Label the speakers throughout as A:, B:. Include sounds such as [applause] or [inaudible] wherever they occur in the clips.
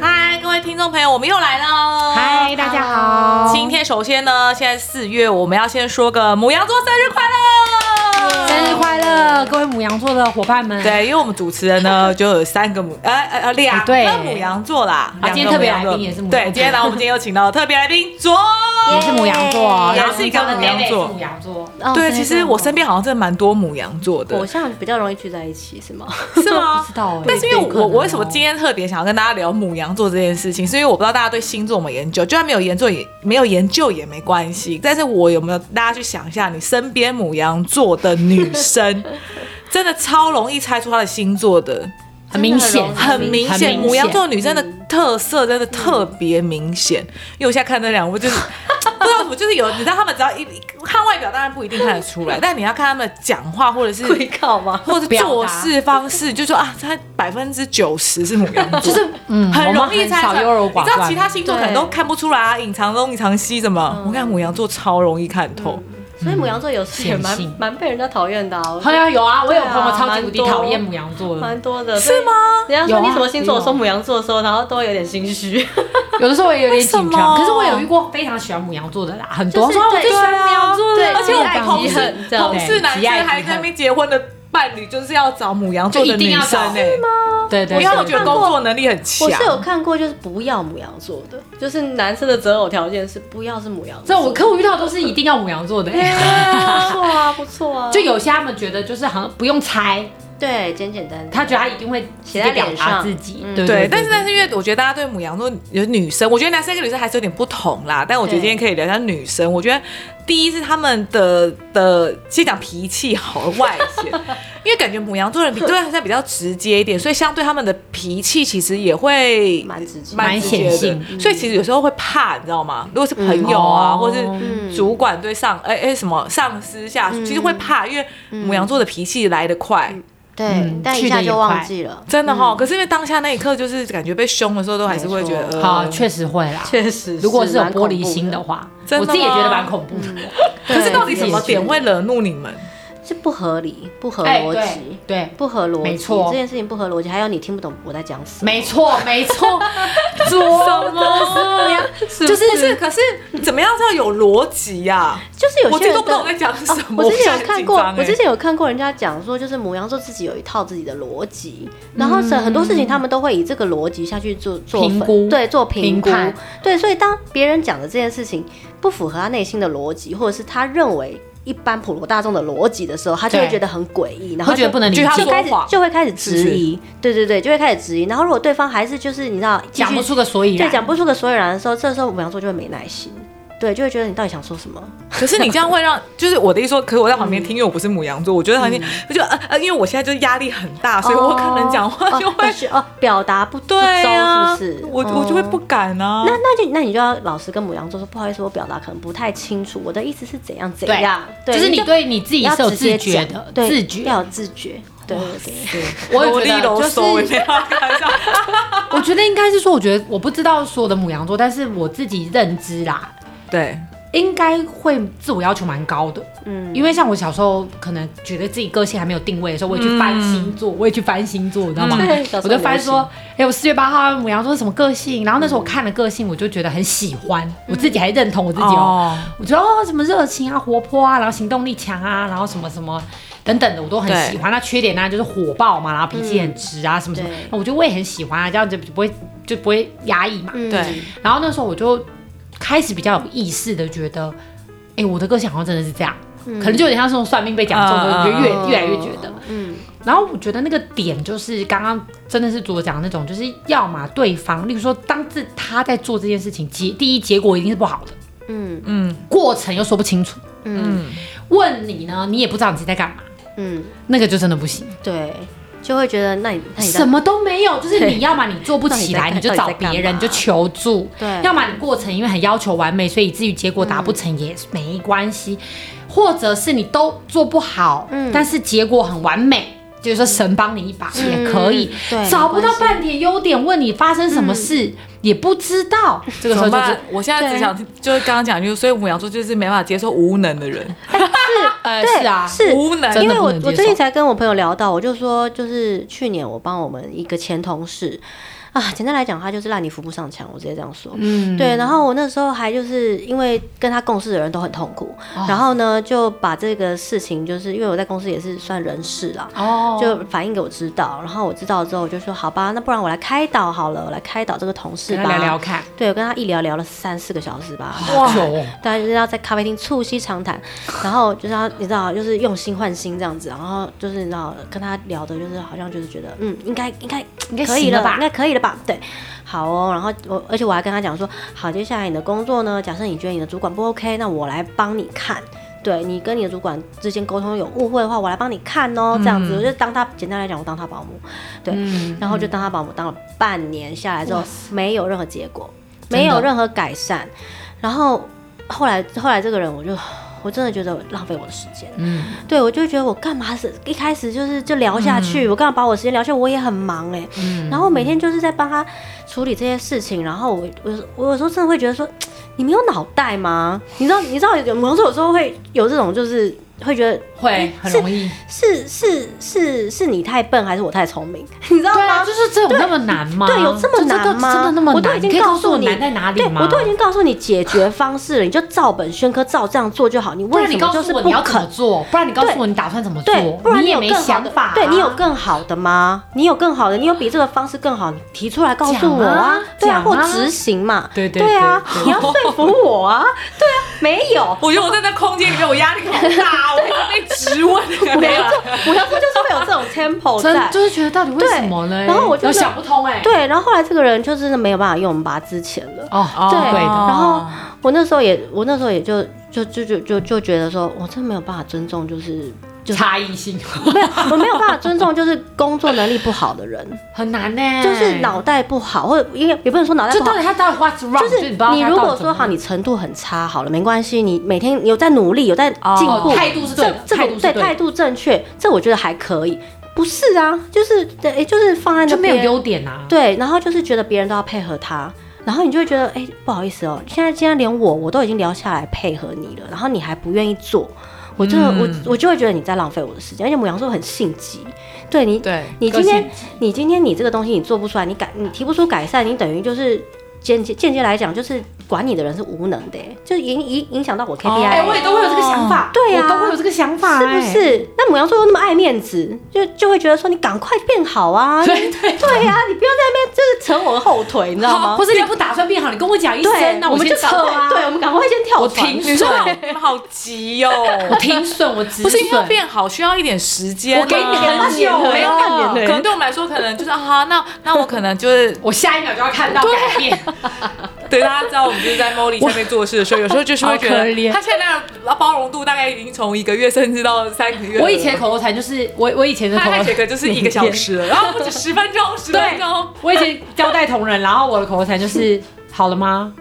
A: 嗨，各位听众朋友，我们又来了！
B: 嗨，大家好，
A: 今天首先呢，现在四月，我们要先说个母羊座生日快乐，
B: 生日快乐，各位母羊座的伙伴们。
A: 对，因为我们主持人呢就有三个母，呃呃呃两
B: 哎对
A: 个母羊座啦，
B: 啊
A: 两个
B: 今天特别
A: 母羊座
B: 来宾也是母羊
A: 对，
B: 座
A: 今天来我们今天又请到特别来宾卓，
B: 也是母羊座，
A: 也是一个母羊座
B: 然后我们家的妹妹也是母羊座，
C: 哦
A: 对，其实我身边好像真的蛮多母羊座的
C: 火，象比较容易聚在一起，哦是吗？
A: 是吗？
B: 不知道哎
A: 但是因为
B: 有可能
A: 我
B: 哦
A: 我为什么今天特别想要跟大家聊母羊座这件事情，是因为我不知道大家对星座有没有研究，就算没有研究也没有研究也没关系。但是我有没有大家去想一下，你身边母羊座的女
B: [laughs]
A: 生，真的超容易猜出她的星座的，
B: 很明显
C: 真的
A: 很明
B: 很
A: 显，
B: 明
A: 母羊
B: 显
A: 座女生的特色真的特别明显。因为我现在看那两部，就是不知道我就是有，你知道他们只要一看外表，当然不一定看得出来，但你要看他们讲话或者是
C: 会靠吗？
A: 或者
B: 表达
A: 做事方式，就说啊，他百分之九十是母羊座，就是
B: 嗯
A: 很
B: 我
A: 容
B: 们
A: 易
B: 很
A: 猜出
B: 少
A: 来。
B: 优柔
A: 你
B: 寡
A: 知道
B: 断
A: 其。他星座可能
C: 对
A: 都看不出来啊，隐藏东隐藏西什
B: 嗯
A: 么？我看母羊座超容易看透，
C: [laughs] 所以母羊座有时也
B: 显
C: 蛮
B: 性
C: 蛮被人家讨厌的、啊，
B: 好像有啊，我有朋友
C: 对啊
B: 超级无敌
C: 蛮多
B: 讨厌母羊座的，
C: 啊蛮多的。
A: 是吗？？
C: 人家
B: 有啊
C: 说你什么星座，
B: 有
C: 我说母羊座的时候，然后都会有点心虚。
B: 有的时候我也有点
A: 为
B: 紧
A: 什么
B: 张。可是我有遇过非常喜欢母羊座的啦，很
C: 就
B: 多
C: 是
B: 说啊我就
C: 对
B: 喜欢母羊座的，
C: 对
A: 而且我
C: 爱
A: 同
C: 极
A: 事
C: 恨这样
A: 同事
B: 对
A: 男
B: 极
A: 生
B: 欸爱
A: 还
B: 极
A: 在那
B: 恨
A: 边结婚的伴侣，就是要找母羊座
B: 就
A: 的
B: 一定
A: 女
B: 要
A: 生
B: 找
A: 哎，
B: 对对，
A: 因为我
B: 对
A: 觉得
B: [laughs]
A: 工作能力很强
C: 我。是有看过，就是不要母羊座的，就是男生的择偶条件是不要是母羊
B: 这
C: 座。 [laughs]
B: 我可我遇到都是一定要母羊座的，
C: 啊不错啊，不错啊。
B: 就有些他们觉得就是好像不用猜，
C: 对，简简单单。
B: 他觉得他一定会直
C: 写在
B: 接表
C: 脸
B: 达
C: 上
B: 自己，
C: 嗯
A: 对，但是但是因为我觉得大家对母羊座有女生，我觉得男生跟女生还是有点不同啦。但我觉得今天可以聊一下女生。我觉得第一是他们的的，先讲脾气好外显， [laughs] 因为感觉母羊座人比对好像比较直接一点，所以相对他们的脾气其实也会
C: 蛮直接
A: 蛮直接
B: 蛮显
A: 的
B: 性。
A: 所以其实有时候会怕，你知道吗？如果是朋友啊，
B: 嗯
A: 或是
C: 嗯
A: 主管对上哎哎、什么上司下
B: 嗯
A: 属，其实会怕，因为母羊座的脾气来得快。
C: 对，
B: 嗯
C: 但一
B: 去得
C: 下
B: 也
C: 就忘
B: 快
C: 记了。
A: 真的哈、可是因为当下那一刻，就是感觉被凶的时候，都还是会觉得
C: 嗯没错
A: 呃
B: 好，确实会啦。
C: 确实，
B: 如果是有玻璃心的，话，
A: 真的
B: 我自己也
A: 吗
B: 觉得蛮恐怖
C: 嗯
B: 的。
A: 可是到底
B: 对
A: 什么点会惹怒你们？
C: 是不合理、不合逻辑。
B: 哎对对，
C: 不合逻辑，
B: 没错
C: 这件事情不合逻辑，还有你听不懂我在讲什么，
B: 没错没错，什么
A: 是就是不是，可是怎么样叫有逻辑呀？
C: 就是有
A: 我
C: 些
A: 自己
C: 人
A: 都不知道我
C: 的
A: 在讲什么。
C: [laughs] 我之前
A: 现在
C: 有看
A: 紧
C: 过
A: 张，
C: 我之
A: 欸
C: 前有看过人家讲说，就是母羊座自己有一套自己的逻辑，然后是很多事情他们都会以这个逻辑下去做做
B: 评
C: 分
B: 估
C: 对，做
B: 评
C: 评
B: 估
C: 估，对，所以当别人讲的这件事情不符合他内心的逻辑，或者是他认为一般普罗大众的逻辑的时候，他就会
B: 对
C: 觉得很诡异，然后
B: 会觉得
C: 就
B: 不能理
A: 就他
B: 解
C: 就，开
A: 说
C: 始
A: 谎
C: 就会开始
A: 是
C: 质疑，对对对，就会开始质疑。然后如果对方还是就是你知道继续
B: 讲不出个所以
C: 对
B: 然。
C: 讲不出个所以然的时候，这时候母羊座就会没耐心，对，就会觉得你到底想说什么？
A: 可是你这样会
C: [laughs]
A: 让，就是我的意思说，可是我在旁
C: 嗯
A: 边听，因为我不是母羊座，我觉得旁边我就呃呃，因为我现在就是压力很大，所以我可能讲话就会
C: [laughs] 哦是哦，表达不
A: 对啊，
C: 不周是不是？
A: 我我就会不
C: 哦。
A: 敢啊
C: 那。那就那你就要老实跟母羊座说，不好意思，我表达可能不太清楚，我的意思是怎样怎样，对，
B: 就是你
C: 就
B: 对你自己
C: 要
B: 是有
C: 直接
B: 自觉
C: 讲
B: 的，
C: 对
B: 自觉。
C: 要有自觉，对对对，
B: 我也
A: 我力
B: 觉得
A: 楼
B: 就
A: 手，我也没
B: 是，
A: 有开
C: [laughs]
A: 玩笑。
B: 我觉得应该是说，我觉得我不知道所有的母羊座，但是我自己认知啦，
A: 对，
B: 应该会自我要求蛮高的。
C: 嗯，
B: 因为像我小时候可能觉得自己个性还没有定位的时候，我也去翻星座，我也去翻星座，你知道吗？
C: 嗯对小时
B: 我
C: 候
B: 就翻说，哎、我四月八号母羊座是什么个性？然后那时候我看了个性，我就觉得很喜欢，
C: 嗯
B: 我自己还认同我自己哦。
A: 哦，
B: 我觉得哦，什么热情啊、活泼啊，然后行动力强啊，然后什么什么等等的，我都很喜欢。那缺点呢、就是火爆嘛，然后脾气很直啊，什么什么
C: 对。
B: 那我觉得我也很喜欢啊，这样子就不会就不会压抑嘛。
C: 嗯
A: 对，
B: 然后那时候我就开始比较有意识的觉得，哎、我的个性好像真的是这样，可能就有点像是那种算命被讲中
A: 嗯
B: 的，我就
A: 嗯
B: 越越来越觉得。
C: 嗯，
B: 然后我觉得那个点就是刚刚真的是主讲的那种，就是要么对方，例如说当自他在做这件事情，结第一结果一定是不好的，
C: 嗯
A: 嗯
B: 过程又说不清楚，
C: 嗯
B: 问你呢，你也不知道你自己在干嘛，
C: 嗯，
B: 那个就真的不行。
C: 对，就会觉得那你那你在
B: 什么都没有，就是
C: 对
B: 你要么你做不起来，
C: 到底在
B: 你就找别人，
C: 到底在干嘛
B: 你就求助；
C: 对
B: 要么你过程因为很要求完美，所以以至于结果达不成也没关系，或者是你都做不好，
C: 嗯
B: 但是结果很完美。就是说神帮你一把也可以
C: 嗯对，
B: 找不到
C: 没关系嗯
B: 半点优点，问你发生什么事也不知道，
A: 这
B: 这个
A: 个
B: 时
A: 时
B: 候
A: 候
B: 就
A: 就是是，我现在只想，就是刚刚讲，就是所以母羊座就是没办法接受无能的人，
B: 呃，
C: 对
B: 是啊，
C: 是
A: 无能
B: 真
C: 因
B: 的
C: 为
B: 不
C: 我
B: 能
C: 我
B: 接
C: 最近
B: 受
C: 才跟我朋友聊到，我就说，就是去年我帮我们一个前同事啊，简单来讲，他就是烂泥扶不上墙，我直接这样说。
B: 嗯，
C: 对，然后我那时候还就是因为跟他共事的人都很痛苦，
B: 哦
C: 然后呢就把这个事情，就是因为我在公司也是算人事啦，
B: 哦，
C: 就反映给我知道，然后我知道之后我就说好吧，那不然我来开导好了，我来开导这个同事
B: 跟
C: 吧。
B: 他聊聊看，
C: 对，我跟他一聊聊了三四个小时吧，
B: 哇，久哦
C: 大家就是要在咖啡厅促膝长谈，然后就是要你知道，就是用心换心这样子，然后就是你知道跟他聊的，就是好像就是觉得嗯，应该应该
B: 应该
C: 可以
B: 行
C: 了
B: 了吧
C: 应该可以了吧？对，好哦。然后我而且我还跟他讲说，好，接下来你的工作呢，假设你觉得你的主管不 OK，那我来帮你看。对你跟你的主管之间沟通有误会的话，我来帮你看哦，
B: 嗯
C: 这样子，我就当他简单来讲，我当他保姆，对，然后就当他保姆当了半年下来之后，没有任何结果，
B: 真的
C: 没有任何改善，然后后来后来这个人我就。我真的觉得浪费我的时间，
B: 嗯，
C: 对我就觉得我干嘛是一开始就是就聊下去，
B: 嗯
C: 我干嘛把我时间聊下去？我也很忙哎、然后每天就是在帮他处理这些事情，然后我我我有时候真的会觉得说，你没有脑袋吗？你知道你知道有有时候有时候会有这种就是会觉得
B: 会很容易，
C: 是是是是你太笨还是我太聪明， [laughs] 你知道
B: 对啊，
C: 吗？
B: 就是这有那么难吗？
C: 对有这么
B: 就
C: 难
B: 个
C: 吗
B: 真的那么难？
C: 我都已经
B: 你可以
C: 告
B: 告
C: 诉
B: 诉我
C: 你
B: 难在哪里
C: 对，
B: 吗？
C: 我都已经告诉你解决方式了，你就照本宣科，照这样做就好。你
B: 不
C: 为
B: 然
C: 什
B: 啊你
C: 么
B: 告
C: 就是
B: 诉我
C: 不
B: 你要怎么
C: 肯？
B: 做，不然你告诉我你打算怎么做
C: 对，，不然
B: 你也
C: 有
B: 没
C: 更好
B: 想
C: 的
B: 法啊，
C: 对你有更好的吗？你有更好的，你有比这个方式更好，你提出来告诉我啊
B: 讲啊，
C: 对啊，
B: 讲
C: 或
B: 啊
C: 执行嘛，
B: 对对
C: 对啊
B: 对，对
C: 你要说服我啊，对啊，没
B: [laughs]
C: 有，
A: 我觉得我在那空间里面，我压力好大，哦我会被质问。
B: [laughs]
C: 没有，我要说就是会有这种 tempo 在
B: 真，就是觉得到底为什么呢？
C: 对然后我就
B: 有
C: 是
B: 想不通哎，
C: 对，然后后来这个人就真的没有办法用我们把他之前了。
B: 哦，
C: 对
B: 对的，
C: 然后我那时候也，我那时候也就就就就就就觉得说，我真的没有办法尊重，就是就是
B: 差异性
C: [laughs] 我没有办法尊重，就是工作能力不好的人，
B: [laughs] 很难呢，
C: 就是脑袋不好，或者因为也不能说脑袋
B: 就
C: 不好
B: 到，底他到底 what's wrong？
C: 就是
B: 你不知道
C: 你
B: 他
C: 如
B: 到底
C: 果
B: 怎
C: 说
B: 么
C: 好，你程度很差好了，没关系，你每天有在努力，有在进步，
B: 哦态度是对
C: 这
B: 的态度
C: 这
B: 是
C: 种
B: 对
C: 对
B: 的
C: 态度正确，这我觉得还可以。不是啊，就是对，诶就是放在那
B: 就没有
C: 边
B: 优点啊，
C: 对，然后就是觉得别人都要配合他，然后你就会觉得，哎、不好意思哦，现在既然连我我都已经聊下来配合你了，然后你还不愿意做，我真的、
B: 嗯
C: 我我就会觉得你在浪费我的时间，而且母羊座很性急，对你，
A: 对
C: 你今
B: 个
C: 天
B: 性
C: 你今天你这个东西你做不出来，你改你提不出改善，你等于就是。间接间接来讲，就是管你的人是无能的，就影影影响到我 KPI 欸。
B: 哎，我也都会有这个想法，
C: 对啊
B: 我都会有这个想法，
C: 是不
B: 哎？
C: 是？那母羊座又那么爱面子，就就会觉得说你赶快变好啊！
B: [laughs] 对对
C: 对呀、你不要在那边就是扯我的后腿，你知道吗
B: 好，？或是你不打算变好，你跟我讲一
C: 对，
B: 声，那
C: 我们
B: 先
C: 就
B: 撤
C: 赶快，
B: 啊，
C: 对，我们赶快先跳
B: 我
C: 船。
B: 停
A: 你说好你们好急
B: 我
A: 哦，
B: 停损，我止
A: 不是因为要
B: 损。
A: 变好需要一点时间啊，
B: 我给你
C: 半
B: 很
C: 年
B: 久
C: 了
B: 没有
C: 半年了
A: 可能对我们来说，可能就是啊，好那那我可能就是
B: 我下一秒就要看到改变，
A: 对，大家知道我们就是
B: [laughs]
A: 在 Molly 下面做事的时候，有时候就是会觉
B: 好
A: 得
B: 可怜
A: 他现在那个包容度大概已经从一个月甚至到三个月了。
B: 我以前口头禅就是我我以前的
A: 他
B: 口
A: 他
B: 头
A: 这个就是一个小时
B: [laughs]
A: 了，然后不止十分钟，十分
B: 对
A: 钟。，
B: 我以前交代同仁，然后我的口头禅就是好
A: [laughs]
B: 了吗？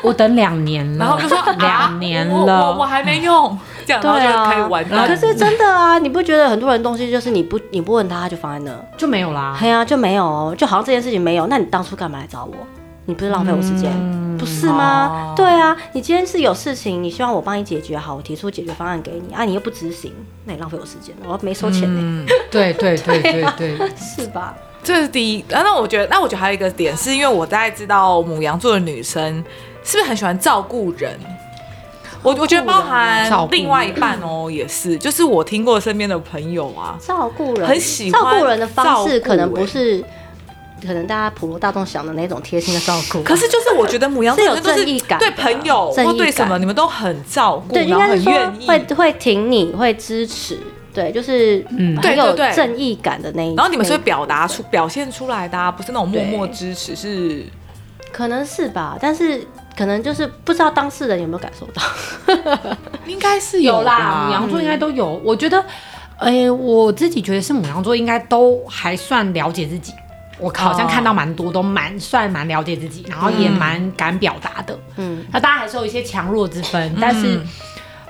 B: 我等两年了，
A: 然后我就
C: [laughs]
A: 说啊
B: 两年
A: 我我我
B: 了，
A: 还没用，这样
C: 对
A: 然后就
C: 啊，
A: 开始玩
C: 可
A: 蛋。
C: 是真的啊，你不觉得很多人东西就是你不你不问他，他就放在那，
B: 就没有啦
C: 哎。呀、就没有哦，就好像这件事情没有，那你当初干嘛来找我？你不是浪费我时间，不是吗？
A: 嗯哦
C: 对啊，你今天是有事情，你希望我帮你解决，好，我提出解决方案给你，啊，你又不执行，那你浪费我时间，我又没收钱呢、
A: [laughs] 嗯，
B: 对对对对对，
C: 是吧？
A: 这是第一。啊那我觉得，那我觉得还有一个点，是因为我大概知道母羊座的女生是不是很喜欢照顾人。我我觉得
C: 啊
A: 包含
B: 照顾人
A: 另外一半
C: [laughs]
A: 哦，也是，就是我听过身边的朋友啊，
C: 照顾人，
A: 很喜
C: 照
A: 欢
C: 顾人的方式，
A: 照顾
C: 可能不是，可能大家普罗大众想的那种贴心的照顾。
A: 可是就是我觉得母羊
C: 是
A: 座
C: 有
A: 就是
C: 正义感的
A: 对朋友
C: 正义
A: 或对什么，
C: 感
A: 你们都很照顾，
C: 对，应
A: 然后
C: 该
A: 很
C: 是说
A: 愿意。
C: 会会挺你，会支持，对，就是
A: 对
C: 很
A: 嗯对
C: 有
A: 对
C: 正义感的那一。
A: 然后你们是会
C: 那一
A: 表达出、表现出来的、啊，不是那种默默支持，是
C: 可能是吧，但是可能就是不知道当事人有没有感受到。
A: 应该是
B: 有啦，
A: 啦。
B: 母羊座应该都有。我觉得哎，我自己觉得是母羊座应该都还算了解自己。我好像
C: 哦
B: 看到蛮多，都蛮算蛮了解自己，然后也
A: 嗯
B: 蛮敢表达的。
C: 嗯，
B: 那当然还是有一些强弱之分，但是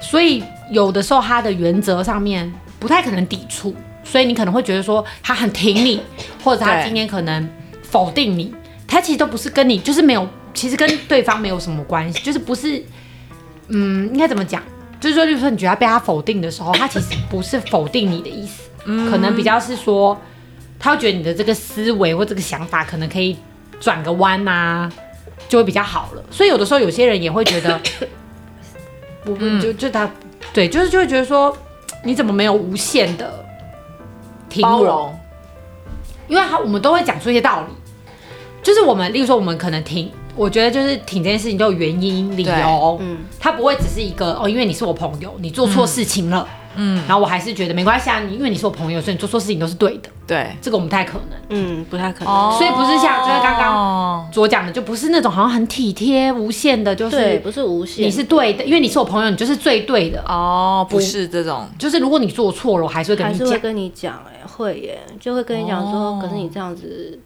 B: 所以有的时候他的原则上面不太可能抵触，所以你可能会觉得说他很挺你，或者他
A: 对
B: 今天可能否定你，他其实都不是跟你就是没有，其实跟对方没有什么关系，就是不是，嗯，应该怎么讲？就是说，就是说，你觉得他被他否定的时候，他其实不是否定你的意思，可能比较是说，他会觉得你的这个思维或这个想法可能可以转个弯啊呐、就会比较好了。所以有的时候有些人也会觉得，我们就就他对，就是就会觉得说，你怎么没有无限的听
A: 包
B: 我
A: 容，
B: 因为他我们都会讲出一些道理，就是我们，例如说我们可能挺，我觉得就是挺这件事情都有原因理由，嗯
C: 嗯，
B: 他不会只是一个哦，因为你是我朋友，你做错事情了，嗯，然后我还是觉得没关系啊，你因为你是我朋友，所以你做错事情都是对的，
A: 对，
B: 这个我们不太可能。
C: [laughs] 嗯，不太可能。
A: 哦
B: 所以不是像就是刚
A: 刚
B: 所讲的就不是那种好像很体贴无限的，就
C: 对，
B: 是
C: 不是无限，
B: 你是对的，因为你是我朋友，你就是最对的。
A: 哦，不是这种，
B: 就是如果你做错了，我还是会跟
C: 还
B: 你
C: 是会
B: 讲，
C: 跟你讲，哎，会耶，就会跟你讲说，
A: 哦
C: 可是你这样子，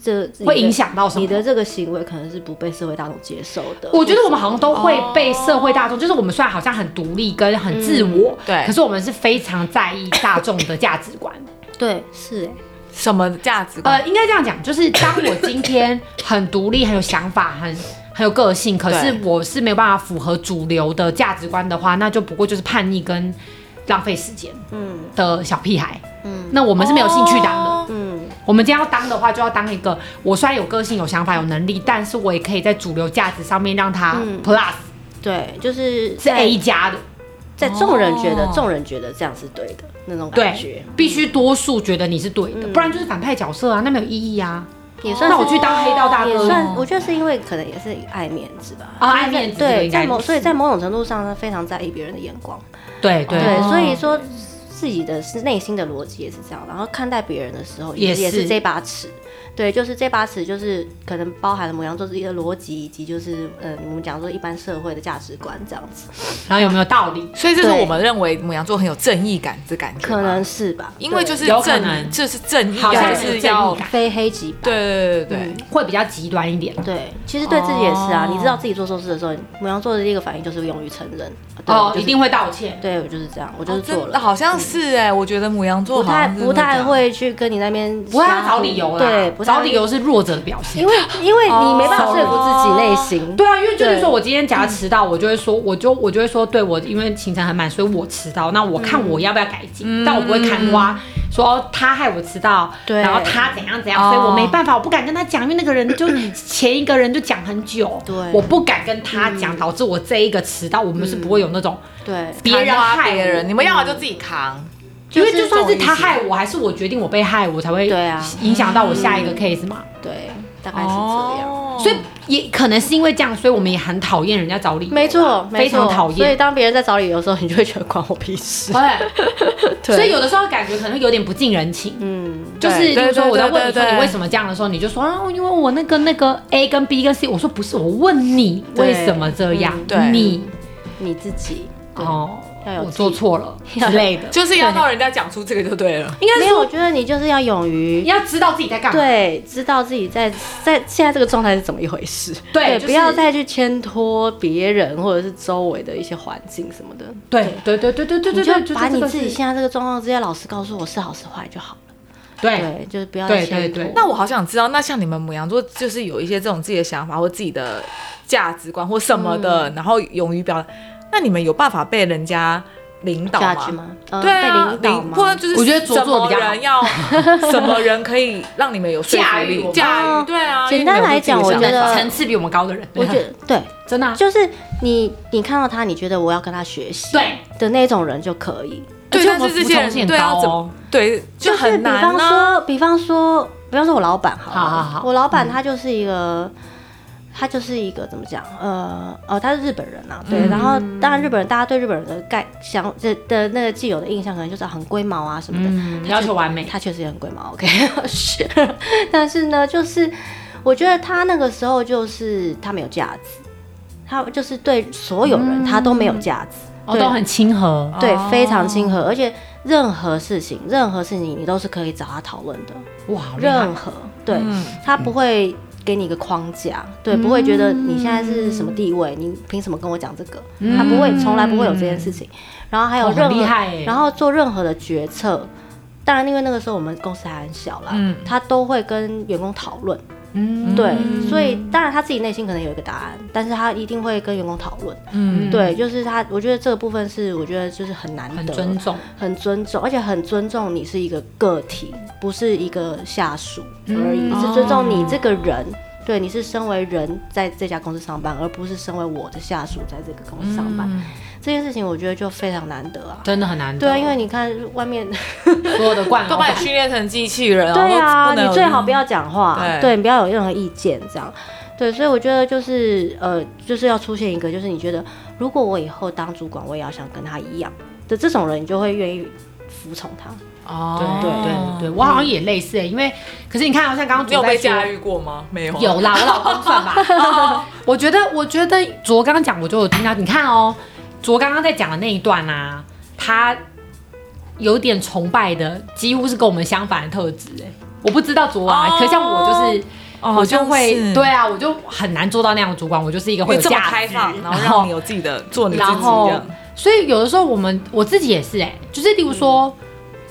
C: 这你的
B: 会影响到什么？
C: 你的这个行为，可能是不被社会大众接受的。
B: 我觉得我们好像都会被社会
C: 哦
B: 大众，就是我们虽然好像很独立跟很自我，
C: 嗯
A: 对
B: 可是我们是非常在意大众的价值
C: [laughs]
B: 观。
C: 对，是哎，
A: 什么价值观？
B: 呃，应该这样讲，就是当我今天很独立、很有想法、很很有个性，可是
A: 对
B: 我是没有办法符合主流的价值观的话，那就不过就是叛逆跟浪费时间
C: 嗯
B: 的小屁孩。
C: 嗯
B: 那我们是没有兴趣当的。
A: 哦
C: 嗯，
B: 我们今天要当的话，就要当一个我虽然有个性、有想法、有能力，但是我也可以在主流价值上面让它
C: 嗯
B: plus
C: 对，就是
B: 是
C: 在
B: A 加的。
C: 在众人觉得
A: 哦
C: 众人觉得这样是对的那种感觉
B: 对，，
C: 嗯
B: 必须多数觉得你是对的，不然就是反派角色啊，那没有意义啊。
C: 也算
B: 那
C: 是
B: 我去当黑道大
C: 也
B: 哥，
C: 算，我觉得是因为可能也是爱面子吧。
B: 啊，爱面子这个
C: 对，
B: 应该
C: 在
B: 是，
C: 某所以在某种程度上呢，非常在意别人的眼光。
B: 对对
C: 对，
A: 哦
C: 所以说自己的是内心的逻辑也是这样，然后看待别人的时候也
B: 也
C: 也
B: 是
C: 是这把尺。对，就是这把尺，就是可能包含了母羊座自己的逻辑，以及就是呃，我们讲说一般社会的价值观这样子，
B: 然后有没有道理？
A: 所以这是
C: 对
A: 我们认为母羊座很有正义感这感觉吗，
C: 可能是吧？
A: 因为就是是
B: 有可能
A: 正，就是正义，
B: 好
A: 还
B: 像
A: 是
B: 是正
A: 要
B: 义感，
C: 非黑即白。
A: 对对对对
C: 嗯
B: 会比较极端一点。
C: 对，其实对自己也是啊。
A: 哦
C: 你知道自己做错事的时候，母羊座的第一个反应就是勇于承认。对我
B: 哦，
C: 就是
B: 一定会道歉。
C: 对我就是这样，我就
A: 哦
B: 嗯
C: 是
A: 真
C: 做了。
A: 的好像是哎，我觉得母羊座
C: 不
A: 好
C: 太
A: 像是
C: 不
A: 这
C: 太
A: 样，
C: 会去跟你那边
B: 不会要
C: 相
B: 找
C: 互
B: 理由啦，
C: 对，不太
B: 找
C: 会
B: 理由是弱者的表现
C: 因。为因为
A: 哦
C: 你没办法说服自己内心。
B: 对啊，因为就是
C: 对嗯
B: 说我今天假如迟到，我就会说，我就我就会说，对我因为行程很满，所以我迟到。那我看我要不要改进，但我不会看挖说哦他害我迟到，
C: 嗯对哦
B: 然后他怎样怎样，所以我没办法，我不敢跟他讲，因为那个人就前一个人就讲很久，
C: 对
B: 我不敢跟他讲，导致我这一个迟到，我们是不会有那种
C: 对
B: 别人
A: 砍
B: 害
A: 花别人，
B: 我。嗯
A: 你们要么就自己扛，
B: 因为
C: 就是
B: 就算
C: 这
B: 是
C: 种意思
B: 他害我，还是我决定我被害，我才会
C: 对啊嗯
B: 影响到我下一个 case 嘛。
C: 对，大概是这样。
A: 哦
B: 所以也可能是因为这样，所以我们也很讨厌人家找理由啊，
C: 没错，
B: 非
C: 没错
B: 常讨
C: 所以
B: 厌。
C: 当别人在找理由的时候，你就会觉得关我屁事。
B: 对，
C: [laughs] 对
B: 哎所以有的时候感觉可能有点不近人情。
C: 嗯，
B: 就是，
A: 对
B: 例如说，
A: 对
B: 我在问
A: 对
B: 你说
A: 对
B: 你为什么这样的时候，你就说啊，因为我那个那个 A 跟 B 跟 C，我说不是，我问你
C: 对
B: 为什么这样
A: 嗯，对
B: 你
C: 你自己
B: 哦
C: 要有，
B: 我做错了之类的，
A: 就是要让人家讲出这个就对了。
B: 应该
C: 没
B: 说
C: 有，我觉得你就是要勇
B: 你
C: 于。
B: 要知道自己在干嘛。
C: 对，知道自己在在现在这个状态是怎么一回事，
B: 对就是
C: 不要再去牵拖别人或者是周围的一些环境什么的，
B: 对对对对对对对对，
C: 你
B: 就
C: 就是把
B: 这
C: 你
B: 个
C: 自己
B: 是
C: 现在这个状况直接老实告诉我是好是坏就好了，
B: 对
C: 对，就是不要再
B: 哎对
C: 牵
B: 对
C: 拖
B: 对，
A: 那我好想知道，那像你们母羊座，就是有一些这种自己的想法或自己的价值观或什么
C: 嗯
A: 的，然后勇于表达，那你们有办法被人家领导
C: 价值
A: 吗？
C: 吗？呃
A: 对啊，
C: 被领导
A: 或者
C: 吗？
A: 就是
B: 我觉得佐
A: 什
B: 佐
A: 么
B: 比较好
A: 人
B: [laughs]
A: 要什么人可以让你们有说服力
B: 驾驭我们
A: 驾驭？对
B: 哦
A: 啊，
C: 简
A: 因为你们
C: 单来
A: 有自己的
C: 讲我
A: 想
C: 觉得
A: 法
B: 层次比我们高的人，
C: 我觉得对，
B: 真的啊
C: 就是你你看到他，你觉得我要跟他学习，
B: 对
C: 的那种人就可以。
A: 对，
B: 而且我
A: 但
B: 们
A: 是这些
B: 服从性
A: 人
B: 很
A: 对要
B: 高
A: 怎
B: 哦
A: 么对就是很难啊
C: 比
A: 呢。
C: 方说，比方说，比方说我老板好了，
B: 啊好好好
C: 我老板他就是一个。他就是一个怎么讲，呃，哦，他是日本人啊，对，
B: 嗯
C: 然后当然日本人，大家对日本人的概想这的那个既有的印象，可能就是很龟毛啊什么的，
B: 嗯，要求完美，
C: 他确实也很龟毛，OK，是， [laughs] 但是呢，就是我觉得他那个时候就是他没有架子，他就是对所有人他都没有架子，
B: 哦，都很亲和，
C: 对
A: 哦，
C: 非常亲和，而且任何事情，任何事情你都是可以找他讨论的，
B: 哇，好厉害
C: 任何对、
A: 嗯
C: 他不会给你一个框架，对，不会觉得
B: 嗯
C: 你现在是什么地位，你凭什么跟我讲这个？他不会，从来不会有这件事情。然后还有
B: 哦
C: 任
B: 嗯很厉
C: 何，
B: 害耶
C: 然后做任何的决策，当然因为那个时候我们公司还很小啦，
A: 嗯
C: 他都会跟员工讨论，
B: 嗯
C: 对，所以当然他自己内心可能有一个答案，但是他一定会跟员工讨论。
A: 嗯
C: 对，就是他，我觉得这个部分是我觉得就是很难得，
B: 很尊重，
C: 很尊重，而且很尊重你是一个个体，不是一个下属而已，
B: 哦
A: 嗯
C: 是尊重你这个人。对，你是身为人在这家公司上班，而不是身为我的下属在这个公司上班。
B: 嗯
C: 这件事情我觉得就非常难得啊。
B: 真的很难得。
C: 对
A: 哦
C: 啊，因为你看外
A: [laughs]
C: 面，
B: 所有的惯
A: 都
B: 老
A: 把
B: 板
A: 你训练成机器人，
C: 对
A: 然
C: 啊，
A: 后不能
C: 你最好不要讲话，
A: 对
C: 你不要有任何意见，这样。对，所以我觉得就是呃，就是要出现一个，就是你觉得如果我以后当主管，我也要想跟他一样的这种人，你就会愿意服从他。
A: 哦
B: 对对对对，我好像也类似、欸，因为可是你看，好像刚刚
A: 你有
B: 左在
A: 被
B: 说
A: 驾驭哦过吗？没有啊，
B: 有啦，我老公算吧。 [laughs] 我觉得，我觉得卓刚刚讲，我就有听到。你看哦，卓刚刚在讲的那一段啊，他有点崇拜的，几乎是跟我们相反的特质。哎，我不知道卓啊，
A: 哦
B: 可像我就是，
A: 哦，
B: 我就
A: 好像
B: 会
A: 是
B: 对，啊，我就很难做到那样的主管。我就是一个
A: 因
B: 会
A: 为
B: 有
A: 这么
B: 价值
A: 开放，然后
B: 然后
A: 让你有自己的做哦你自己
B: 然后
A: 的，
B: 所以有的时候我们我自己也是哎、就是例如说，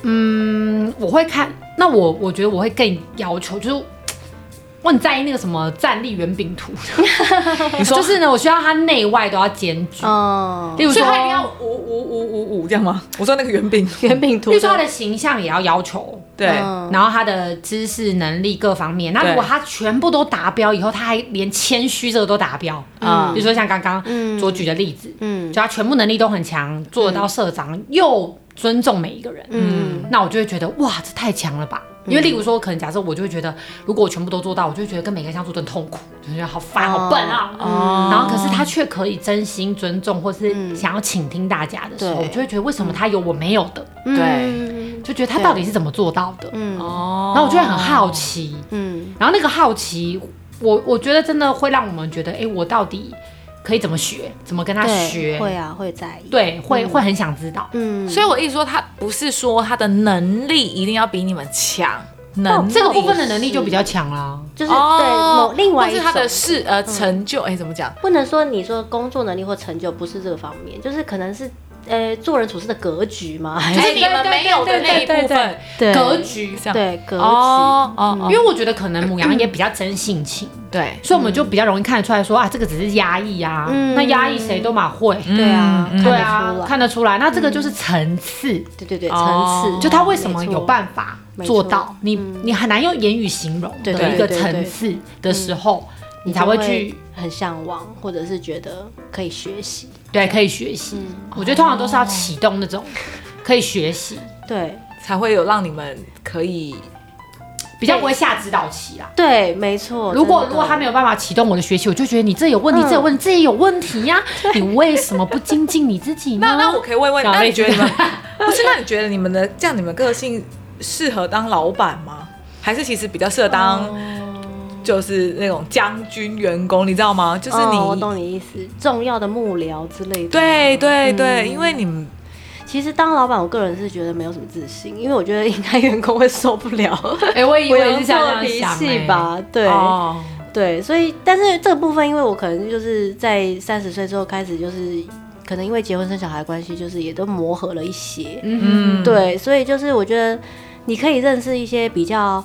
B: 嗯，我会看，那我我觉得我会更要求，就是我很在意那个什么战力圆饼图，
A: [laughs] 你说
B: 就是呢，我需要它内外都要兼具。
C: 哦
B: 例如
A: 所
B: 说，
A: 以他一定要五五五五五这样吗？我说那个圆饼，
C: 圆饼图
B: 例如说他的形象也要要求，
A: 对，
C: 嗯
B: 然后他的知识能力各方面。那
A: 对
B: 如果他全部都达标以后，他还连谦虚这个都达标，
A: 嗯
B: 嗯，比如说像刚刚
C: 嗯
B: 所举的例子，
C: 嗯
B: 就他全部能力都很强，做得到社长，又尊重每一个人，
C: 嗯
B: 那我就会觉得哇，这太强了吧。因为，例如说，可能假设我就会觉得，如果我全部都做到，我就会觉得跟每个人相处都很痛苦，就觉得好烦、好笨啊。
A: 哦
B: 然后，可是他却可以真心尊重，或是
C: 嗯
B: 想要倾听大家的时候，
C: 对嗯
B: 我就会觉得为什么他有我没有的，
C: 对，
B: 就觉得他到底是怎么做到的。
C: 嗯
A: 嗯哦
B: 然后我就会很好奇，
C: 嗯
B: 然后那个好奇，我我觉得真的会让我们觉得，哎，我到底可以怎么学，怎么跟他
C: 对
B: 学？
C: 会啊，会在意，，
B: 对，会会很想知道。
C: 嗯，
A: 所以我一直说，他不是说他的能力一定要比你们强，能力
B: 这个部分的能力就比较强啦。
C: 就是对某另外
A: 哦或
C: 一
A: 是他的
C: 种。
A: 事呃成就，哎，怎么讲？
C: 不能说你说工作能力或成就不是这个方面，就是可能是呃做人处事的格局嘛，还
A: 就是是你们没有的那一部分
C: 对
B: 格局，
A: 这样
C: 对格局，
A: 哦哦
B: 因
A: 因为
B: 为我觉得可能母羊也比较真性情，
A: 对
B: 所以我们就比较容易看得出来说啊，这个只是压抑啊，
C: 嗯
B: 那压抑谁都嘛会，
C: 对啊，
A: 嗯嗯
B: 对
C: 看得
B: 啊，
C: 出来嗯
B: 看得出来。那这个就是层次，
C: 对对对，
A: 哦
C: 层次
B: 就他为什么
C: 没错
B: 有办法做到，你你很难用言语形容的
C: 嗯对对
B: 一个
C: 对对嗯
B: 层次的时候，你才会去
C: 很向往，或者是觉得可以学习，
B: 对可以学习。
C: 嗯
B: 我觉得通常都是要
C: 哦
B: 启动那种可以学习，
C: 对
A: 才会有让你们可以
B: 比较不会下指导棋啦。
C: 对，没错。
B: 如果
C: 哦真的
B: 如果他没有办法启动我的学习，我就觉得你这有问题，
C: 嗯
B: 这有问题，这也有问题呀、你为什么不精进你自己
A: [laughs]
B: 呢？
C: 啊
A: 那那我可以问问，
B: 小
A: 那
B: 妹
A: 你
B: 子
A: 觉得你们 [laughs] 不是？那你觉得你们的这样，你们个性适合当老板吗？还是其实比较适合当
C: 哦
A: 就是那种将军员工，你知道吗？就是你、
C: 哦，我懂你意思，重要的幕僚之类的。
A: 对对
C: 嗯
A: 对，因为你们
C: 其实当老板，我个人是觉得没有什么自信，因为我觉得应该员工会受不了
B: 哎、我以
C: 我
B: 为
C: 有
B: 是这样
C: 脾
B: [laughs] 想、
C: [laughs] 气
B: 欸，
C: 吧？对、
A: 哦，
C: 对，所以但是这个部分，因为我可能就是在三十岁之后开始，就是可能因为结婚生小孩的关系，就是也都磨合了一些。
B: 嗯
C: 对，所以就是我觉得你可以认识一些比较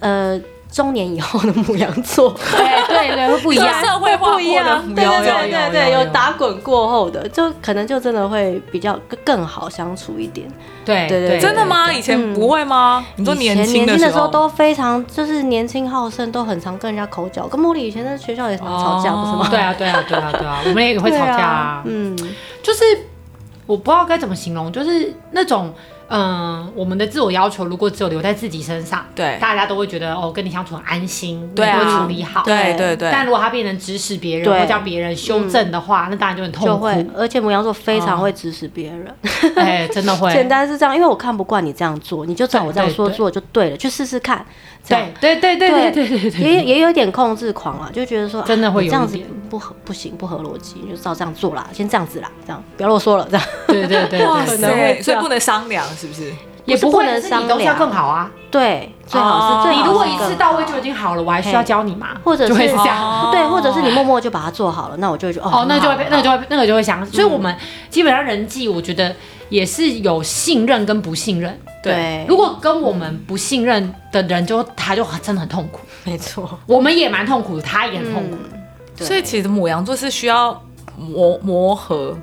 C: 呃中年以后的母羊
B: [laughs]
C: 座。
B: 哼，对对对，会不一
A: 这
B: 样。
A: 社会化
C: 不一
A: 过的
C: 样，
A: 扶
C: 对
A: 摇
C: 对
A: 摇
C: 对
A: 摇
C: 对对，
B: 有
C: 有打滚过后的，就可能就真的会比较更更好相处一点。
B: 对
C: 对对对
A: 真的吗？
B: 对
A: 以前不会吗？你说
C: 以
A: 年
C: 前年
A: 轻
C: 的
A: 时
C: 时候都非常就是年轻好胜，都很常跟人家口角，跟茉莉以前在学校也常吵架，不是
A: 哦
C: 吗？
B: 对啊对啊对啊对啊，我们也会
C: 对
B: 吵架
C: 啊
B: 啊，。
C: 嗯，
B: 就是我不知道该怎么形容，就是那种。嗯，我们的自我要求如果只有留在自己身上，
A: 对
B: 大家都会觉得哦，跟你相处很安心，
A: 对啊
B: 你会处理好，
A: 对对对，
B: 但如果他变成指使别人
C: 对
B: 或叫别人修正的话，那当然就很
C: 就
B: 痛苦。哦
C: 会，而且母羊座非常会指使别人，
B: 哎，真的会。
C: [laughs] 简单是这样，因为我看不惯你这样做，你就照我这样
B: 对对
C: 说
B: 对
C: 做就对了，去试试看。这样
B: 对对对对对对对对对，
C: 也也有点控制狂啊，就觉得说啊
B: 真的会有
C: 你这样
B: 一
C: 子
B: 点
C: 不合不行，不合逻辑，你就照这样做啦，先这样子啦，这样不要啰嗦了，这样。 [laughs]
B: 对对对对
A: 哇
B: 对。
C: 可能
A: 塞，
C: 会这
A: 所以
C: 样
A: 不能商量，是不是？
B: 也
C: 不是
B: 会
C: 不能
B: 可是你都是要
C: 商量
B: 更好啊。
C: 对，最好
A: 哦
C: 是最好是
B: 你如果一次
C: 更
B: 到位就已经好了，我还需要教你吗？
C: 或者
B: 就会是这样。
A: 哦
C: 对，或者是你默默就把它做好了，那我就会觉得
B: 哦，那
C: 很
B: 就
C: 好
B: 会被，那个就会，那个就会想，所以我们基本上人际，我觉得也是有信任跟不信任。
C: 对
B: 如果跟我们不信任的人就，他就真的很痛苦，
C: 没错，
B: 我们也蛮痛苦，他也很痛苦。
C: 对
A: 所以其实母羊座是需要磨磨合，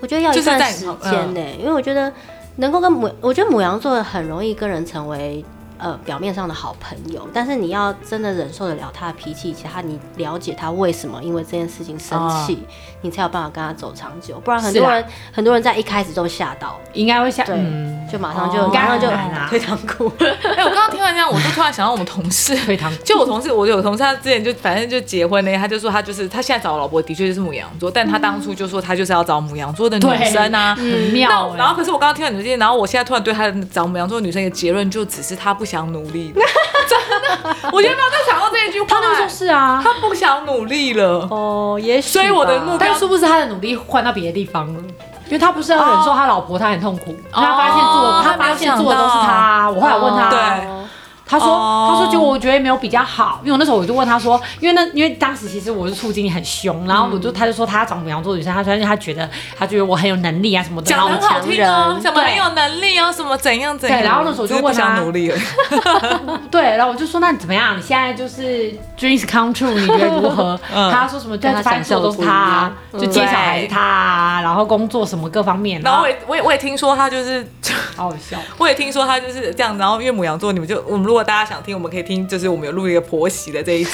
C: 我觉得要
A: 就
C: 一
A: 是
C: 段
A: 在
C: 时
A: 嗯
C: 间呢、因为我觉得能够跟母，我觉得母羊座很容易跟人成为呃表面上的好朋友，但是你要真的忍受得了他的脾气，以及他你了解他为什么因为这件事情生气，你才有办法跟他走长久。不然很
B: 是
C: 多
B: 啦
C: 人很多人在一开始都吓到，
B: 应该会像，
C: 对，
B: 嗯，
C: 就马上就、
A: 哦
C: 马上就
B: 当然啦
C: 非常酷。
A: 哎、我刚刚听完这样，我就突然想到我们同事，
B: 退堂
A: 就我同事，我有同事，他之前就反正就结婚呢，他就说他就是他现在找的老婆的确就是母羊座，但他当初就说他就是要找母羊座的女生啊。
B: 很
A: 那
B: 妙
A: 我
B: 欸。
A: 然后可是我刚刚听到你们这些，然后我现在突然对他找母羊座的女生的结论就只是他不想努力，真的，我就没有再想到这一句话、
B: 他那个时候是啊，
A: 他不想努力了，
C: 哦，也许
A: 所以我的目标
B: 但殊不知他的努力换到别的地方了。因为他不是要忍受他老婆，他很痛苦。
A: 哦
B: 他发现做，
A: 他
B: 他
A: 没有
B: 发现
A: 想
B: 做的都是
A: 到
B: 他啊。我后来问他，
A: 对
B: 他说，
A: 哦
B: 他说，就我觉得没有比较好，因为我那时候我就问他说，因为那因为当时其实我是处经理很凶，然后我
A: 嗯
B: 就他就说他找母羊座女生，他说他觉得他觉得我很有能力啊什么的，然
A: 讲
B: 后
A: 的
B: 我
A: 很好听哦，
C: 强人
A: 什么很有能力哦，什么怎样怎样，
B: 对然后那时候我就
A: 只是不
B: 问他
A: 想努力了，
B: 对，然后我就说那你怎么样？你现在就是 dreams come true，你觉得如何？
A: [laughs] 嗯
B: 他说什么？对，
C: 跟他
B: 他反正都是他啊，
C: 想
B: 就
C: 象的不一
B: 接
C: 样
B: 小孩是他啊，然后工作什么各方面，
A: [laughs] 然后我 [laughs] 也我也我也听说他就是。
B: 好好笑。
A: 我也听说他就是这样，然后因为母羊座，你们就我们如果大家想听，我们可以听，就是我们有录一个婆媳的这
C: [laughs]
A: 一集。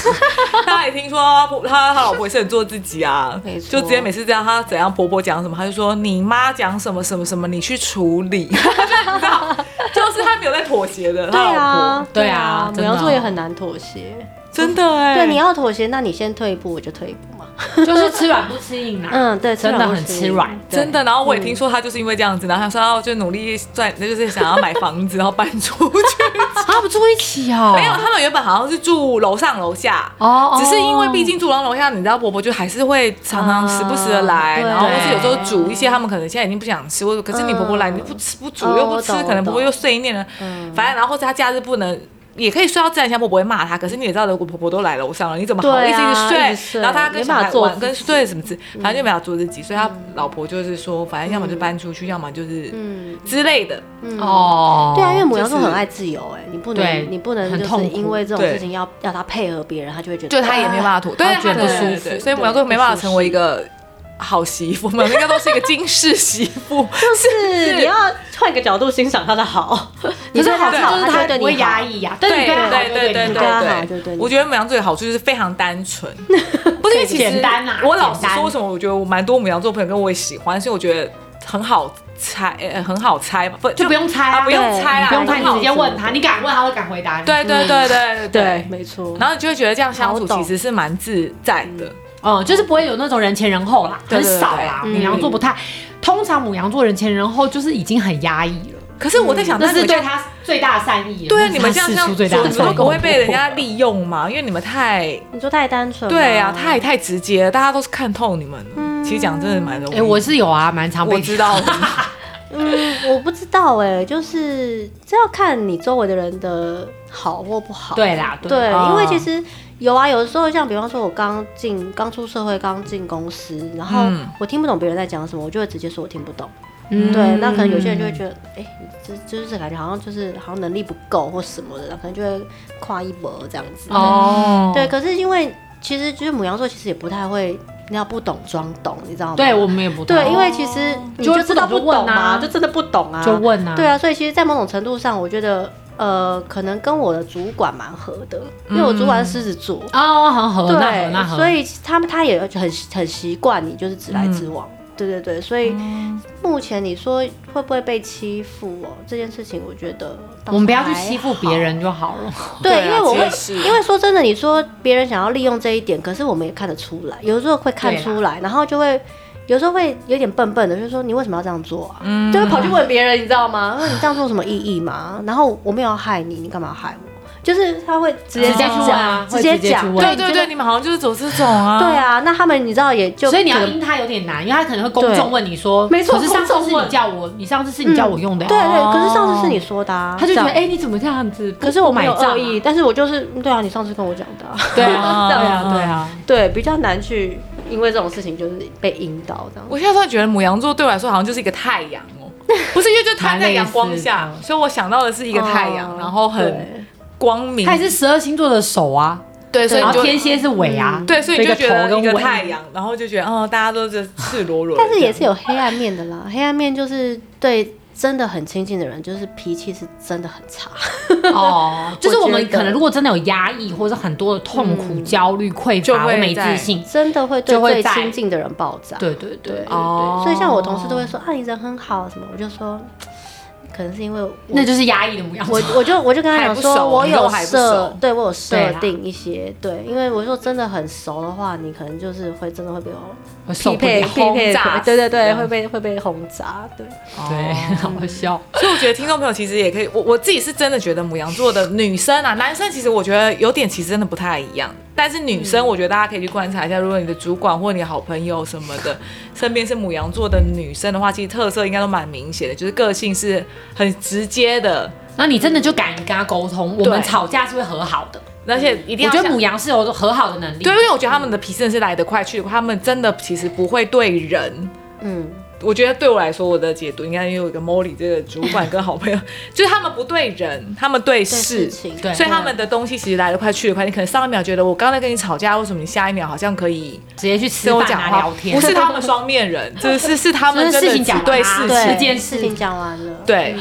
A: 大家也听说他婆他他老婆也是很做自己啊
C: 没，错
A: 就直接每次这样，他怎样婆婆讲什么，他就说你妈讲什么什么什么，你去处理， [laughs] 就是你知道，就是他没有在妥协的，
C: 对
A: 他老
C: 啊
A: 婆，
B: 对啊
C: 母
B: 真的
C: 羊座也很难妥协。
A: 真的哎、
C: 对，你要妥协，那你先退一步，我就退一步嘛。
B: 就是吃软不吃硬啦。啊
C: 嗯，对，
B: 真的很
C: 不
B: 吃软
C: 对
A: 真的。然后我也听说他就是因为这样子，然后他说他就努力赚，就是想要买房子，然后搬出
C: [laughs]
A: 去。
B: 他们住一起哦？
A: 没有，他们原本好像是住楼上楼下。
B: 哦，
A: 只是因为毕竟住廊楼下，你知道婆婆就还是会常常时不时的来，
C: 啊对
A: 然后或是有时候煮一些他们可能现在已经不想吃，或者可是你婆婆来
C: 嗯
A: 你不吃不煮
C: 哦
A: 又不吃
C: 我，懂嗯
A: 可能婆婆又碎念了，反正然后或者她假日不能。也可以睡到自然醒，婆婆不会骂她。可是你也知道，如果婆婆都来楼上了，你怎么好
C: 对
A: 意思一直
C: 啊
A: 睡？
C: 一直睡
A: 然后她跟
C: 没
A: 小
C: 办法
A: 孩
C: 做
A: 玩，
C: 自嗯
A: 跟睡什么之，反正就没法做自己。所以她老婆就是说，反正要么就搬出去，要么就是
C: 嗯
A: 之类的。
B: 哦，
C: 对啊，因为母羊
A: 就是
C: 座很爱自由、哎，你不
B: 对
C: 能，你不能
B: 很
C: 就
B: 痛
C: 是
B: 苦
C: 因为这种
A: 对
C: 事情要要他配合别人，他就会觉得，
A: 就她也没办法
C: 啊
A: 妥，对，
B: 她觉得
A: 不
B: 不舒
A: 舒
B: 服
A: 服，所以母羊座没办法成为一个好媳妇，
B: [laughs]
A: 我们应该都是一个金氏媳妇，
C: 就是你要换个角度欣赏他的好，你对他
B: 就
A: 啊
C: 好，
B: 是
C: 他
B: 他
C: 就对
B: 不
C: 你
B: 会
C: 好
B: 压。抑呀，
A: 对对
B: 对
A: 对
B: 对
A: 对
B: 你
C: 对
B: 好
C: 对对
A: 对
C: 对
A: 对，
C: 对
A: 我觉得母羊座的好处就是非常单
B: [laughs]
A: 纯，不是因为其实
B: 简单啊
A: 我老实
B: 简单
A: 说，为什么我觉得我蛮多母羊座朋友跟我也喜欢，所以我觉得很好猜，呃很好猜嘛，不
B: 就不用猜啊
A: 啊不用
C: 对
A: 猜啦，
B: 不用
A: 很
B: 看，
A: 好
B: 你直接问他，你敢问他会敢回答你。
A: 对对对对
C: 对，。没错。
A: 然后你就会觉得这样相处
C: 好懂
A: 其实是蛮自在的，
B: 嗯，就是不会有那种人前人后啦，
A: 对
B: 很
A: 对对
B: 少啦。
C: 嗯
B: 母羊座不太，通常母羊座人前人后就是已经很压抑了，
A: 可是我在想，
B: 嗯那
A: 那你
B: 是
A: 们
B: 对他最大的善意了。
A: 对啊
B: 那是
A: 你们这
B: 他
A: 样这
B: 试
A: 样
B: 出最大
A: 做，
B: 的
A: 你们都
B: 善意。
A: 不会被人家利用嘛？因为你们太
C: 你说太单纯了，
A: 对啊，太太直接了，大家都是看透你们了。其实讲真的蛮容易。
B: [laughs] 哎，我是有啊，蛮常被
A: 我知 [laughs] 道，
C: 嗯，我不知道哎、就是这要看你周围的人的好或不好。
B: 对啦，
C: 对，
A: 哦
C: 因为其实有啊，有的时候像比方说，我刚进刚出社会，刚进公司，然后
A: 嗯
C: 我听不懂别人在讲什么，我就会直接说我听不懂。
B: [laughs] 嗯
C: 对，那可能有些人就会觉得，哎、这就是感觉好像就是好像能力不够或什么的，可能就会跨一波这样子。
B: 哦，
A: 嗯
C: 对，可是因为其实就是母羊座，其实也不太会，你要不懂装懂，你知道吗？
B: 对我们也不懂
C: 对，因为其实你
B: 就会
C: 知道
B: 不懂就
C: 懂
B: 问啊
C: 嘛，就真的不懂啊，
B: 就问啊，
C: 对啊，所以其实，在某种程度上，我觉得，呃，可能跟我的主管蛮合的，因为我主管是狮子座，
B: 哦，很合，那合那
C: 对，
B: 合，
C: 所以他们他也很很习惯你就是直来直
B: 嗯
C: 往，对对对，所以
B: 哦
C: 目前你说会不会被欺负哦？这件事情，我觉得倒是
B: 我们不要去欺负别
C: 还好。
B: 人就好了。
A: 对
C: 对，
A: 啊
C: 因为我会
A: 其实，是
C: 因为说真的，你说别人想要利用这一点，可是我们也看得出来，有时候会看
B: 对啦啊
C: 出来，然后就会。有时候会有点笨笨的，就是说你为什么要这样做啊？
B: 嗯
C: 就会跑去问别人，你知道吗？说你这样做有什么意义吗？然后我没有要害你，你干嘛要害我？就是他会直接
B: 直接去问啊
C: 讲
B: 会
C: 直接
B: 直接去
C: 讲，
B: 问
A: 对
C: 你
A: 对
C: 就
A: 对，
C: 是
A: 你们好像就是走这种啊。
C: 对，啊，那他们你知道也就
B: 所以你要
C: 可能
B: 应他有点难，因为他可能会公众问你说，
C: 对没错
B: 可是上次
C: 公
B: 是
C: 众问
B: 你叫我，你上次是你叫我用的、
C: 对嗯对，
A: 哦
C: 可是上次是你说的啊，
B: 他就觉得
C: 这样
B: 哎、你怎么这样子？
C: 可是我
B: 不
C: 没
B: 买
C: 有
B: 账啊
C: 恶意，但是我就是对啊，你上次跟我讲的啊，
B: 对啊，
A: 这
B: 对
A: 样
B: 啊，对啊，
C: [laughs] 对，比较难去因为这种事情就是被引导这样。
A: 我现在突然觉得母羊座对我来说好像就是一个太阳哦，不是因为就摊在阳光下，所以我想到的是一个太阳，
C: 哦
A: 然后很
C: 对
A: 光明，
C: 嗯
B: 他也是十二星座的手啊，
A: 对，所以
B: 然
A: 你
B: 后
A: 就嗯
B: 天蝎是尾啊，
A: 对，所以你就觉得
B: 所以
A: 一
B: 一
A: 个
B: 个头跟尾
A: 太阳，然后就觉得哦，大家都是赤裸裸的
C: 但
A: 这样，
C: 是也是有黑暗面的啦，黑暗面就是对真的很亲近的人，就是脾气是真的很差。
A: [laughs]
B: 哦， [laughs] 就是我
C: 我
B: 们
C: 觉得
B: 可能如果真的有压抑或者很多的痛苦、焦虑、匮
A: 嗯就
B: 乏
A: 会
B: 或没
A: 在
B: 自信，
C: 真的会对
B: 就会
C: 最
B: 在
C: 亲近的人爆炸。
B: 对对对
C: 对对，
A: 哦
C: 所以像我同事都会说啊，你人很好什么，我就说可能是因为我
B: 那就是压抑的模样。
C: 我我就我就跟他
A: 还
C: 讲
A: 不
C: 说，
A: 熟
C: 我
A: 你都
C: 有
A: 还不
C: 设
A: 熟，啊
C: 对我有
B: 对
C: 设
B: 啦
C: 定一些对，因为我说真的很熟的话，你可能就是会真的会被我
B: 我受不
A: 匹
B: [laughs] 了，
A: 配轰炸
C: 对对对，
A: 死
C: 会被会被轰炸，对，
A: 哦
B: 对， [laughs] 好笑。
A: 所以我觉得听众朋友其实也可以，我我自己是真的觉得母羊座的女生啊，男生其实我觉得有点其实真的不太一样。但是女
B: 嗯
A: 生，我觉得大家可以去观察一下，如果你的主管或你的好朋友什么的， [laughs] 身边是母羊座的女生的话，其实特色应该都蛮明显的，就是个性是很直接的，
B: 那你真的就敢跟他沟通，我
A: 对
B: 们吵架是会和好的。
A: 而且一定
B: 嗯
A: 要
B: 我觉得
A: 想
B: 母羊是有和好的能力。
A: 对，因为我觉得他们的脾气真的是来得快去得快，他们真的其实不会对人。
C: 嗯，
A: 我觉得对我来说，我的解读应该有一个 Molly 这个主管跟好朋友，就是他们不对人，他们对
C: 对
A: 事
C: 事，情，
B: 对
A: 所以他们的东西其实来得快去得快。你可能上一秒觉得我刚才跟你吵架，为什么你下一秒好像可以
B: 直接去吃
A: 跟我
B: 饭
A: 讲
B: 啊、
A: 话？
B: 聊天， [laughs]
A: 不是他们双面人，这是 [laughs] 是他们
B: 就是
A: 真
B: 事
A: 的
B: 情
A: 只
B: 讲
A: 对
B: 完
A: 事
B: 啊
A: 情
C: 对，
B: 这件事
C: 事情讲完了，
A: 对。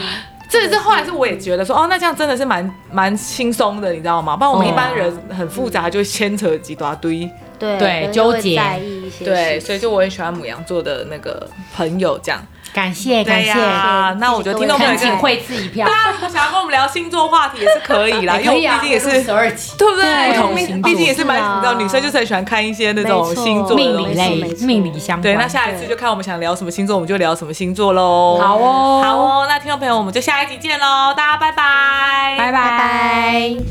A: 这这后来是我也觉得说，哦，那这样真的是蛮蛮轻松的，你知道吗？不然我们一般人很复杂，就牵扯几大堆。
C: 对
B: 对
C: 可能就
B: 纠
C: 会
B: 结
C: 在意一些事情，
A: 对，所以就我很喜欢母羊座的那个朋友这样。
B: 感谢感
A: 对
B: 谢，
A: 呀，那我觉得听众朋友也可
B: 恳
A: 以
B: 请惠赐一票。
A: 大家如果想要跟我们聊星座话题也是可以啦，
B: 哎
A: 因为
B: 可以
A: 我
B: 啊，
A: 毕竟也是
B: 十二集。
A: 对不
B: 对
A: 对？同
B: 星
A: 命，
B: 座
A: 毕竟也是蛮，
C: 是啊
A: 你知道，女生就是很喜欢看一些那种
C: 没错
A: 星座的
B: 命
A: 东
B: 理
A: 西。
C: 没
B: 类
C: 错，
B: 命理相关。
A: 对，那下一次就看我们想聊什么星座，我们就聊什么星座喽。
B: 好哦，
A: 好，哦，那听众朋友，我们就下一集见喽，大家拜拜，
B: 拜拜。
C: 拜拜